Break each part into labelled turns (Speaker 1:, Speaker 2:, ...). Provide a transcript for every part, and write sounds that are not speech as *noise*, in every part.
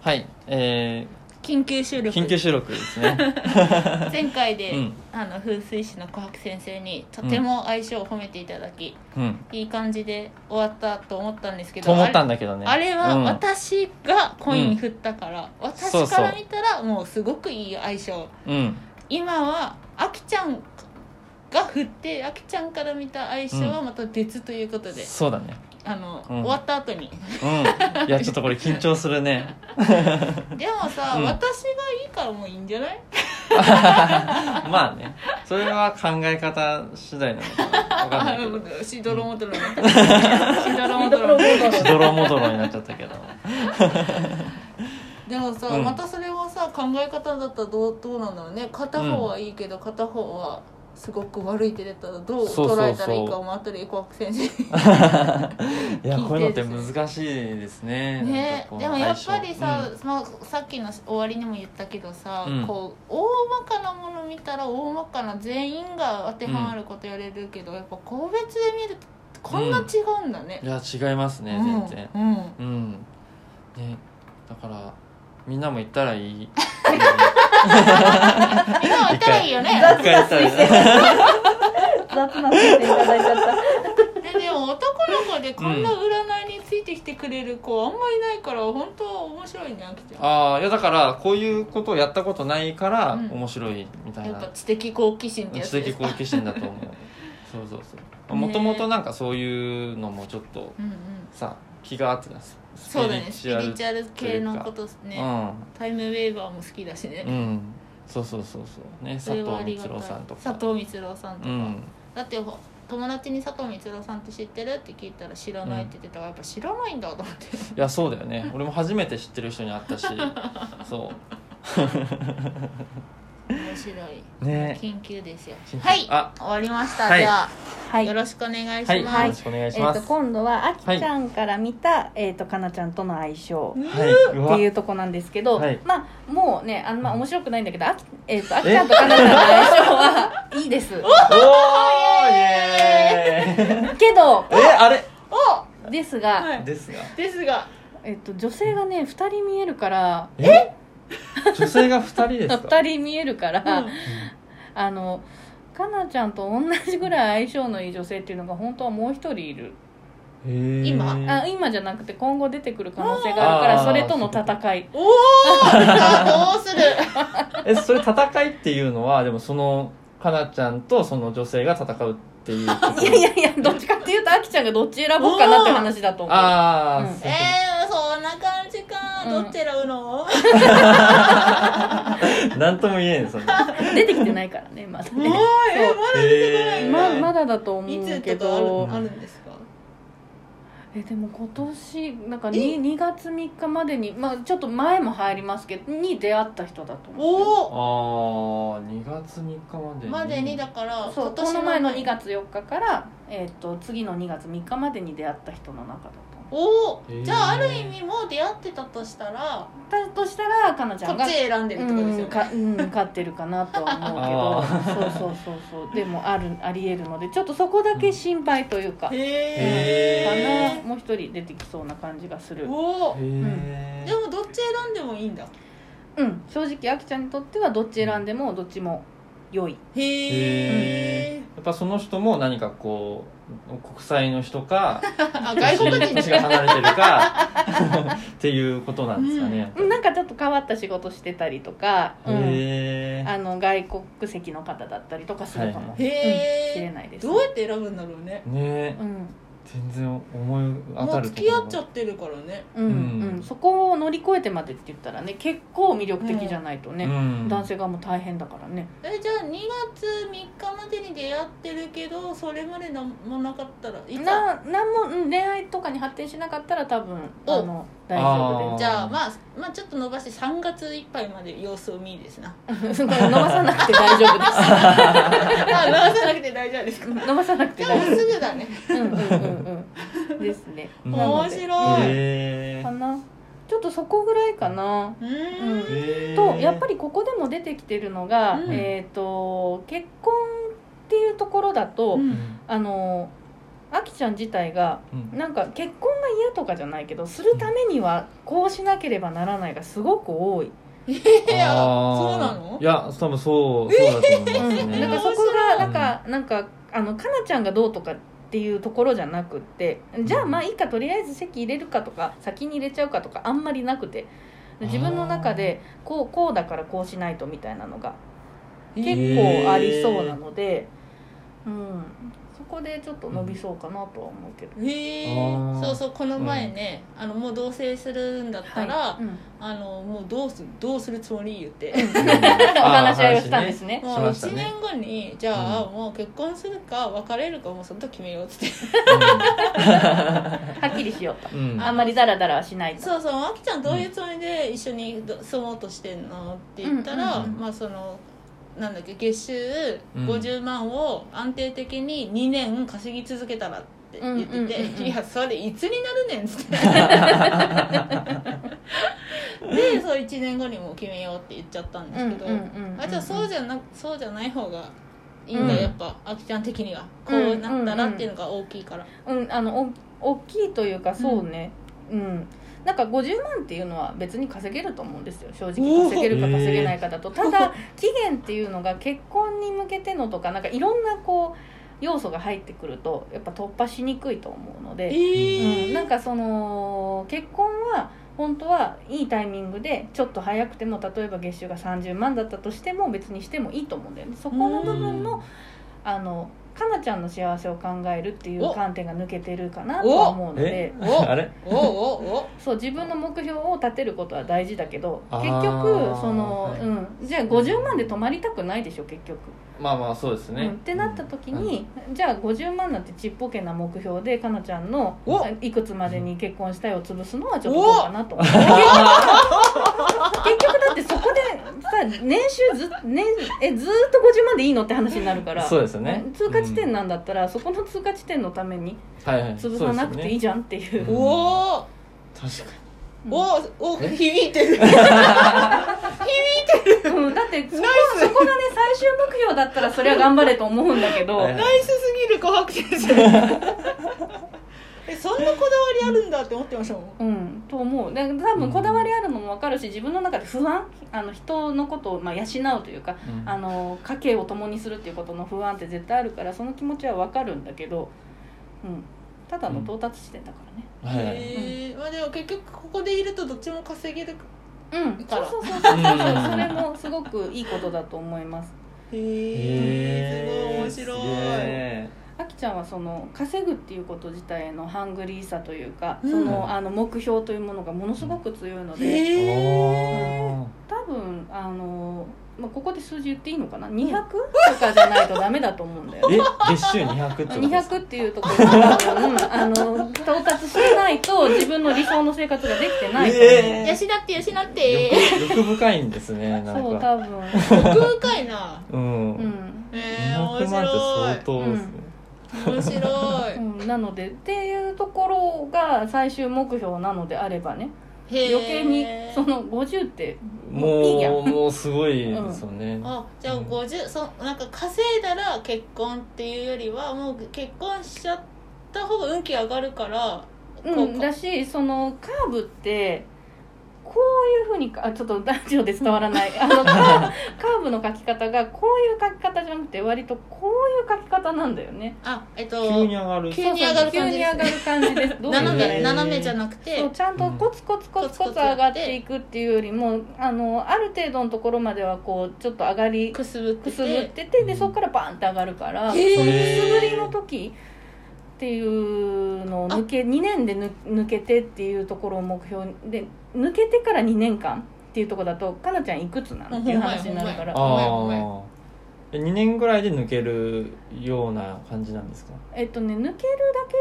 Speaker 1: はい、え
Speaker 2: 緊急収
Speaker 1: ー、
Speaker 2: 録
Speaker 1: 緊急収録です
Speaker 2: *laughs*
Speaker 1: ね。
Speaker 2: 前回で、
Speaker 1: うん
Speaker 2: あの風水師の琥珀先生にとても相性を褒めていただき、
Speaker 1: うん。
Speaker 2: いい感じで終わったと思ったんですけど
Speaker 1: と思った
Speaker 2: あ
Speaker 1: んだけどね。
Speaker 2: れあれは
Speaker 1: うん
Speaker 2: 私がコイン振ったから、私
Speaker 1: そうそう
Speaker 2: から見たらもうすごくいい相性
Speaker 1: うん。
Speaker 2: 今はあきちゃんが振ってあきちゃんから見た相性はまた別ということで、
Speaker 1: そうだね。
Speaker 2: あの、
Speaker 1: うん
Speaker 2: 終わった
Speaker 1: *laughs*
Speaker 2: 後に
Speaker 1: うん。いや、ちょっとこれ緊張するね。
Speaker 2: *laughs* でもさ、
Speaker 1: うん
Speaker 2: 私がいいからもういいんじゃない
Speaker 1: まあね。それは考え方次第なのかな。わかんない
Speaker 2: *laughs*
Speaker 1: けど。
Speaker 2: あしどろもどろになった
Speaker 1: *laughs*
Speaker 2: しどろもどろになった
Speaker 1: しどろもどろになっちゃった
Speaker 2: *laughs*
Speaker 1: けど。
Speaker 2: でもさ、
Speaker 1: うん
Speaker 2: またそれはさ考え方だったらどうどうなんだろうね片方はいいけど、片方はすごく悪い手だったらどう
Speaker 1: そうそうそう
Speaker 2: 捉えたらいいかもあとで琥珀先生に
Speaker 1: いや、こういうのって難しいです *laughs* ね。なん
Speaker 2: ね
Speaker 1: かこう
Speaker 2: でもやっぱ
Speaker 1: 相
Speaker 2: りさ
Speaker 1: 性、
Speaker 2: まあ、さっきの終わりにも言ったけどさ、
Speaker 1: うん
Speaker 2: こう大まかなもの見たら大まかな全員が当てはまることやれるけど、やっぱ個別で見るとこんな違うんだね
Speaker 1: うん、い、や、違いますね、
Speaker 2: うん、
Speaker 1: 全然。
Speaker 2: うん
Speaker 1: うん。ね。だから、みんなも言ったらい
Speaker 2: *laughs*
Speaker 1: い。
Speaker 2: 今は言ったらいい
Speaker 1: *laughs*
Speaker 2: よね
Speaker 1: 一回言ったらいい。
Speaker 3: 雑な先生いただいちゃった
Speaker 2: ででも男の子でこんな占いについてきてくれる子あんまいないから本当面白いねあきちゃん
Speaker 1: ああいやだからこういうことをやったことないから
Speaker 2: うん
Speaker 1: 面白いみたい
Speaker 2: やっ
Speaker 1: な
Speaker 2: ぱ、知的好奇心ってや
Speaker 1: 知
Speaker 2: つで
Speaker 1: 的
Speaker 2: すか
Speaker 1: 好奇心だと思うそうそうそう
Speaker 2: ね
Speaker 1: もともとなんかそういうのもちょっと
Speaker 2: うんうん
Speaker 1: さ気が合ってたスス
Speaker 2: そうだねスピリチュアル
Speaker 1: とい
Speaker 2: 系
Speaker 1: うか
Speaker 2: のことね、タイムウェーバーも好きだしね、
Speaker 1: うん、うん、そうそうそうそうね佐
Speaker 2: それ
Speaker 1: 藤
Speaker 2: はありが
Speaker 1: 光
Speaker 2: たい
Speaker 1: 郎さんとか
Speaker 2: 佐藤光郎さんとか、
Speaker 1: うん
Speaker 2: だってほ友達に佐藤光郎さんって知ってるって聞いたら知らないって言ってたからやっぱ知らないんだと思って
Speaker 1: いやそうだよね俺も初めて知ってる人に会った
Speaker 2: *laughs*
Speaker 1: しそ
Speaker 2: 面 *laughs* 白い
Speaker 1: ね
Speaker 2: 緊急ですよ
Speaker 1: 緊急
Speaker 2: はい
Speaker 1: あ
Speaker 2: 終わりました、
Speaker 1: はい
Speaker 2: じゃあ、
Speaker 3: はい
Speaker 2: よろしくお願いうし
Speaker 1: はい、
Speaker 2: ます、
Speaker 1: よろしくお願いし
Speaker 3: えー、
Speaker 1: ます、
Speaker 3: と今度はあきちゃんから見た、えー、とかなちゃんとの相性
Speaker 1: はい、う
Speaker 3: って
Speaker 1: わ
Speaker 3: いうとこなんですけど、
Speaker 1: はい
Speaker 3: まあもうねあんま面白くないんだけどあき,、えー、とあきちゃんとかなちゃんの相性はいいです
Speaker 1: *laughs* おーイエーイ
Speaker 3: けど
Speaker 1: えあれ
Speaker 3: ですが、
Speaker 2: はい
Speaker 1: ですが
Speaker 2: ですが
Speaker 3: えー、と女性がね2人見えるから
Speaker 1: え女性が二人ですか
Speaker 3: 2人見えるから、 *laughs* あのかなちゃんと同じぐらい相性のいい女性っていうのが本当はもう一人いる、
Speaker 1: へー
Speaker 2: 今
Speaker 3: あ今じゃなくて今後出てくる可能性があるから
Speaker 1: あー
Speaker 3: それとの戦い
Speaker 2: *laughs* おおさあどうする
Speaker 1: えそれ戦いっていうのはでもそのかなちゃんとその女性が戦うっていうこと
Speaker 3: いやいやいやどっちかっていうとあきちゃんがどっち選ぼうかなって話だと思う
Speaker 1: ああ、
Speaker 3: うん
Speaker 1: そう
Speaker 2: え
Speaker 1: いう
Speaker 2: ー、そんな感じか、
Speaker 3: うん
Speaker 2: どっち選ぶの
Speaker 1: ことなんとも言えんそれ
Speaker 3: *laughs* 出てきてないからねまだ
Speaker 2: *laughs* おー
Speaker 3: ね、
Speaker 2: えーまだ出てこない
Speaker 1: え
Speaker 2: ん
Speaker 1: ー
Speaker 2: だ
Speaker 3: ままだだと思
Speaker 2: いうつ
Speaker 3: け
Speaker 2: とかある
Speaker 3: ど
Speaker 1: うん
Speaker 2: あるんですか
Speaker 3: えでも今年なんか 2, 2月3日までに、まあ、ちょっと前も入りますけどに出会った人だと思
Speaker 1: あ
Speaker 3: う
Speaker 2: おお
Speaker 1: あ2月3日まで
Speaker 2: までにだから
Speaker 3: そうこの前の2月4日から、えー、と次の2月3日までに出会った人の中だと思
Speaker 2: おお、
Speaker 1: へー
Speaker 2: じゃあある意味もう出会ってたとしたら
Speaker 3: うだとしたらかなち
Speaker 2: こ
Speaker 3: ゃん
Speaker 2: っ
Speaker 3: が
Speaker 2: ち選んでるってことです
Speaker 3: う
Speaker 2: よ
Speaker 3: ん
Speaker 2: ね
Speaker 3: かうん勝ってるかなとは思うけどそうそうそうそうでもあるありえるのでちょっとそこだけ心配というか、
Speaker 1: へ
Speaker 3: かなもう一人出てきそうな感じがする
Speaker 2: おお
Speaker 1: へえ
Speaker 2: でもどっち選んでもいいんだ
Speaker 3: うん正直あきちゃんにとってはどっち選んでもどっちも良い
Speaker 2: へえ
Speaker 1: やっぱその人も何かこう国際の人か
Speaker 2: あ外国人
Speaker 1: 年が離れてるか *laughs* っていうことなんですかね、
Speaker 3: うんなんかちょっと変わった仕事してたりとか、うん、
Speaker 1: へえ
Speaker 3: あの外国籍の方だったりとかするかも
Speaker 1: はい
Speaker 3: し、
Speaker 2: へ
Speaker 3: れ
Speaker 2: え
Speaker 3: ないです、
Speaker 2: どうやって選ぶんだろうね
Speaker 1: ねえ
Speaker 3: うん
Speaker 1: 全然思い当
Speaker 2: も
Speaker 1: た
Speaker 2: う
Speaker 1: る
Speaker 2: 付き合っちゃ
Speaker 1: っ
Speaker 2: ってるからね
Speaker 3: うん
Speaker 1: うん
Speaker 3: うん、そこを乗り越えてまでって言ったらね結構魅力的じゃないと
Speaker 1: た
Speaker 3: ね、男性がもう大変だからね
Speaker 2: えじゃあ2月3日までに出会ってるけどそれまでなんもなかったらいつ
Speaker 3: ななんも、うん、恋愛とかに発展しなかったら多分
Speaker 2: お
Speaker 3: あの大丈 *laughs*
Speaker 2: じゃあ、まあ、まあちょっと伸ばして3月いっぱいまで様子を見ですな
Speaker 3: 夫です伸ばさなくて大丈夫で
Speaker 1: *laughs*
Speaker 2: あ伸ばさなくて大丈夫
Speaker 3: *laughs*
Speaker 2: ですか
Speaker 3: す伸ばさなくて
Speaker 2: でも
Speaker 3: 大丈
Speaker 2: すぐだね
Speaker 3: 夫うんうんうんうんですね
Speaker 1: うん
Speaker 3: なの
Speaker 2: 面
Speaker 3: で
Speaker 2: 白い、
Speaker 1: へ
Speaker 3: かなちょっとそこぐらいかな
Speaker 2: う
Speaker 3: うん
Speaker 2: ん
Speaker 1: え
Speaker 3: とやっぱりここでも出てきてるのが、
Speaker 2: うん
Speaker 3: えっ、と結婚っていうところだと、
Speaker 2: うん
Speaker 1: うん
Speaker 3: あのあきちゃん自体が
Speaker 1: うん
Speaker 3: なんか結婚が嫌とかじゃないけどするためにはこうしなければならないがすごく多い、
Speaker 2: いや
Speaker 1: あー
Speaker 2: そうなの
Speaker 1: いや多分そうそうだと思います
Speaker 3: なん
Speaker 1: ね、
Speaker 3: かそこがなんかなんかあのかなちゃんがどうとかっていうところじゃなくってじゃあまあいいかとりあえず席入れるかとか先に入れちゃうかとかあんまりなくて自分の中でこうこうだからこうしないとみたいなのが結構ありそうなので、うん、そこでちょっと伸びそうかなとは思うけど、
Speaker 2: へえ
Speaker 1: あー
Speaker 2: そうそうこの前ね、あのもう同棲するんだったら、
Speaker 3: はいうん
Speaker 2: あのもうどうすどうするつもり言って
Speaker 3: お話し合いをしたんですね
Speaker 2: もう
Speaker 1: しました
Speaker 2: 1
Speaker 1: ね
Speaker 2: 年後にじゃあ、
Speaker 1: う
Speaker 2: もう結婚するか別れるかもうその時決めようっつって
Speaker 3: はっきりしようと
Speaker 1: うん、うん
Speaker 3: *laughs* あんまりダラダラはしないと
Speaker 2: そうそうあきちゃんどういうつもりで一緒にど住もうとしてんのって言ったら、
Speaker 1: うんうんうん
Speaker 2: まあそのなんだっけ月収
Speaker 1: うん
Speaker 2: 50万を安定的に2年稼ぎ続けたらって言ってて、
Speaker 3: うんうんうんうん
Speaker 2: いやそれいつになるねんっ
Speaker 3: *laughs*
Speaker 2: つってでそう1年後にもう決めようって言っちゃったんですけど、あじゃあそうじゃなそうじゃない方がいいんだ、
Speaker 1: うん
Speaker 2: やっぱあきちゃん的にはこうなったらっていうのが大きいから、
Speaker 3: うん、あのお大きいというかそうねうん、なんか50万っていうのは別に稼げると思うんですよ正直
Speaker 2: おー
Speaker 3: 稼げるか稼げないかだとただ *laughs* 期限っていうのが結婚に向けてのとかなんかいろんなこう要素が入ってくるとやっぱ突破しにくいと思うので、うん、なんかその結婚は本当はいいタイミングでちょっと早くても例えば月収が30万だったとしても別にしてもいいと思うんだよねそこの部分のあのかなちゃんの幸せを考えるっていう
Speaker 2: お
Speaker 3: 観点が抜けてるかなとは思うの
Speaker 1: え *laughs*
Speaker 3: で
Speaker 2: お
Speaker 1: あれ
Speaker 2: おおお
Speaker 3: そう自分の目標を立てることは大事だけど
Speaker 1: あ
Speaker 3: 結
Speaker 1: ー
Speaker 3: 局その、
Speaker 1: はい
Speaker 3: うん、じゃあ50万で止まりたくないでしょ結局、
Speaker 1: まあまあそうです
Speaker 3: うん、っ
Speaker 1: ね、
Speaker 3: てなった時に、じゃあ50万なんてちっぽけな目標でかなちゃんの
Speaker 2: お
Speaker 3: いくつまでに結婚したいを潰すのはちょっとどうかなと *laughs* 思う結局だってそこでさ年収ず,、年えずーっと50万でいいのって話になるから
Speaker 1: そうですね
Speaker 3: 通過地点なんだったら、そこの通過地点のために
Speaker 1: はいはい
Speaker 3: 潰さなくていい
Speaker 1: い
Speaker 3: じゃんっていう
Speaker 1: うん
Speaker 2: お
Speaker 1: 確か
Speaker 2: おおおお響いてる
Speaker 3: うん、だってそこそこがね最終目標だったらそれは頑張れと思うんだけど、
Speaker 1: *laughs* はい
Speaker 2: ナイスすぎる琥珀先生えそんなこだわりあるんだって思ってましたもん
Speaker 3: うん、と思うで多分こだわりあるのも分かるし自分の中で不安あの人のことを、まあ、養うというか
Speaker 1: に、うん
Speaker 3: あの家計を共にするっていうことの不安って絶対あるからその気持ちは分かるんだけど、うん、ただの到達地点だからね。
Speaker 1: はいはい、
Speaker 2: えーまあ、でも結局ここでいるとどっちも稼げる
Speaker 3: うん、
Speaker 2: か
Speaker 3: そう
Speaker 2: ら
Speaker 3: そうそうそうそう
Speaker 1: うん
Speaker 3: *laughs* それもすごくいいことだと思います
Speaker 2: へえー、すごい面白い
Speaker 3: あきちゃんはその稼ぐっていうこと自体へのハングリーさというか、
Speaker 2: うん
Speaker 3: そのあの目標というものがものすごく強いので、
Speaker 1: え
Speaker 2: へえ
Speaker 3: 多分あの、まあ、ここで数字言っていいのかな200とかじゃないとダメだと思う
Speaker 1: *laughs*
Speaker 3: んだよ
Speaker 1: え月収200ってことですか
Speaker 3: 200っていうところが多分あの到達してないと自分の理想の生活ができてないと思う、
Speaker 1: え
Speaker 2: 養って養って
Speaker 1: 欲欲深いんです
Speaker 3: *laughs*
Speaker 1: ねなん
Speaker 3: そう
Speaker 1: か
Speaker 3: 多分
Speaker 2: 奥深いな
Speaker 1: うん、
Speaker 3: うん、
Speaker 2: えー、面
Speaker 1: 200万って
Speaker 2: 白
Speaker 1: 相
Speaker 2: い
Speaker 1: 当ですね、
Speaker 2: 面白い
Speaker 3: うん、なのでっていうところが最終目標なのであればね
Speaker 2: へー
Speaker 3: 余計にその50って
Speaker 1: もう
Speaker 3: いいやん
Speaker 1: もうすごいですよね、
Speaker 2: あじゃあ50そなんか稼いだら結婚っていうよりはもう結婚しちゃった方が運気上がるから
Speaker 3: う
Speaker 2: こ
Speaker 3: ん、だしそのカーブってこういうふうにかあちょっとラジオで伝わらない
Speaker 2: *laughs*
Speaker 3: あのカーブカーブの書き方がこういう書き方じゃなくて割とこういう書き方なんだよね
Speaker 2: あえっ
Speaker 1: 急
Speaker 2: と
Speaker 1: に上がる
Speaker 2: 急に上がる感じですね
Speaker 3: そうそう急に上がる感じですどういう
Speaker 2: *laughs* 斜
Speaker 1: へ
Speaker 2: め
Speaker 1: ー
Speaker 2: 斜めじゃなくて
Speaker 3: そうちゃんとコツコツコツコツ上がっていくっていうよりもあのある程度のところまではこうちょっと上がり
Speaker 2: くすぶってて
Speaker 3: くすぶっててでそこからバンって上がるから
Speaker 2: へー
Speaker 3: そのくすぶりの時っていうのを抜け2年で抜抜けてっていうところを目標にで抜けてから2年間っていうところだとかなちゃんいくつなのっていう話になるから
Speaker 1: ああ
Speaker 2: ごめん
Speaker 1: ーえ2年ぐらいで抜けるような感じなんですか
Speaker 3: えっとね、抜けるだ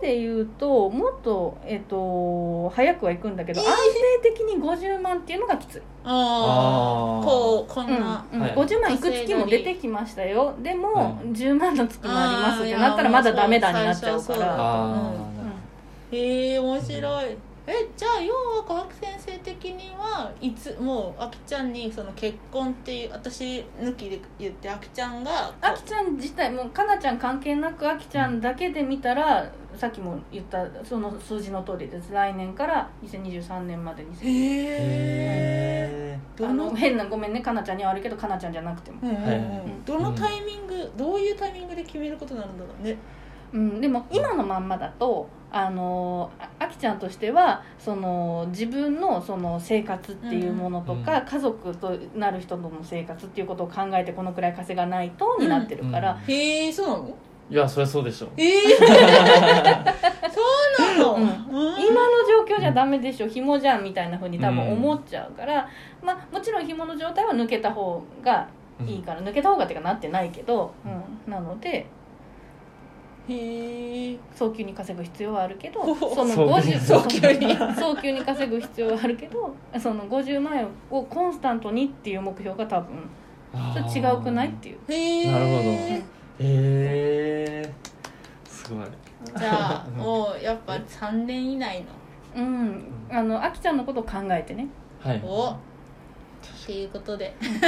Speaker 3: けで言うともっと、えっと、早くはいくんだけど、
Speaker 2: えー
Speaker 3: 安定的に50万っていうのがきつい、
Speaker 2: あ
Speaker 1: あー
Speaker 2: あこうこん
Speaker 3: うん
Speaker 2: な、
Speaker 3: うん
Speaker 1: はい
Speaker 3: 50万いく月も出てきましたよでも、
Speaker 1: は
Speaker 3: 10万の月もあります
Speaker 2: あー
Speaker 3: っ
Speaker 2: い
Speaker 3: て
Speaker 2: や
Speaker 3: なったらまだダメだになっちゃう
Speaker 2: もうそ
Speaker 3: か
Speaker 2: う最初はそうだ
Speaker 3: ら
Speaker 1: ああ、
Speaker 3: うん
Speaker 2: へえ面白いえじゃあ要は川木先生的にはいつもうあきちゃんにその結婚っていう私抜きで言ってあきちゃんが
Speaker 3: あきちゃん自体もうかなちゃん関係なくあきちゃんだけで見たら、さっきも言ったその数字の通りです来年から2023年までに
Speaker 2: へえど
Speaker 3: あ
Speaker 2: の
Speaker 3: の変なごめんねかなちゃんには悪いけどかなちゃんじゃなくても
Speaker 2: うんうんうん
Speaker 1: はい
Speaker 2: どのタイミング、どういうタイミングで決めることになるんだろうね
Speaker 3: うん、でも今のまんまだとあのああきちゃんとしてはその自分のその生活っていうものとか、家族となる人との生活っていうことを考えてこのくらい稼がないとになってるから、
Speaker 2: へえそうな *laughs* の
Speaker 1: いやそりゃそうでしょ
Speaker 2: え *laughs* えそうなの、うん
Speaker 3: 今の状況じゃダメでしょ紐じゃんみたいなふうに多分思っちゃうから、まあ、もちろん紐の状態は抜けた方がいいから、抜けた方がっていうかなってないけど、うん、なので
Speaker 2: へえ
Speaker 3: 早急に稼ぐ必要はあるけど
Speaker 2: ほほ
Speaker 3: その50
Speaker 1: 早
Speaker 2: 急に
Speaker 3: そう早急に稼ぐ必要はあるけどその50万円をコンスタントにっていう目標が多分ちょっと違うくないっていう
Speaker 2: へえ
Speaker 1: なるへえすごい
Speaker 2: ほどじゃあもうやっぱ3年以内の
Speaker 3: うんあのあきちゃんのことを考えてね
Speaker 1: はい
Speaker 2: おっていうこ
Speaker 1: *laughs*
Speaker 2: とで2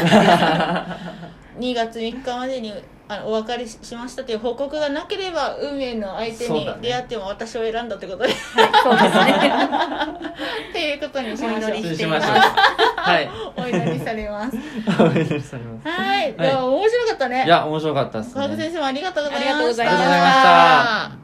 Speaker 2: 月3日までにあのお別れししましたという報告がなければ運命の相手
Speaker 1: そう
Speaker 2: に
Speaker 1: だね
Speaker 2: 出会っても私を選んだということで、 *laughs*
Speaker 3: そうですね
Speaker 2: っていうことにしましょ
Speaker 3: お祈
Speaker 2: う
Speaker 3: り
Speaker 1: しましょうはい
Speaker 2: お祈りされます
Speaker 1: おめでとうございます
Speaker 2: はいでも面白かった
Speaker 1: *laughs*
Speaker 2: ね
Speaker 1: いや面白かったですね
Speaker 2: 川口先生もありがとうございました
Speaker 3: ありがとうございま
Speaker 1: ありがと
Speaker 3: した
Speaker 1: うございました *laughs*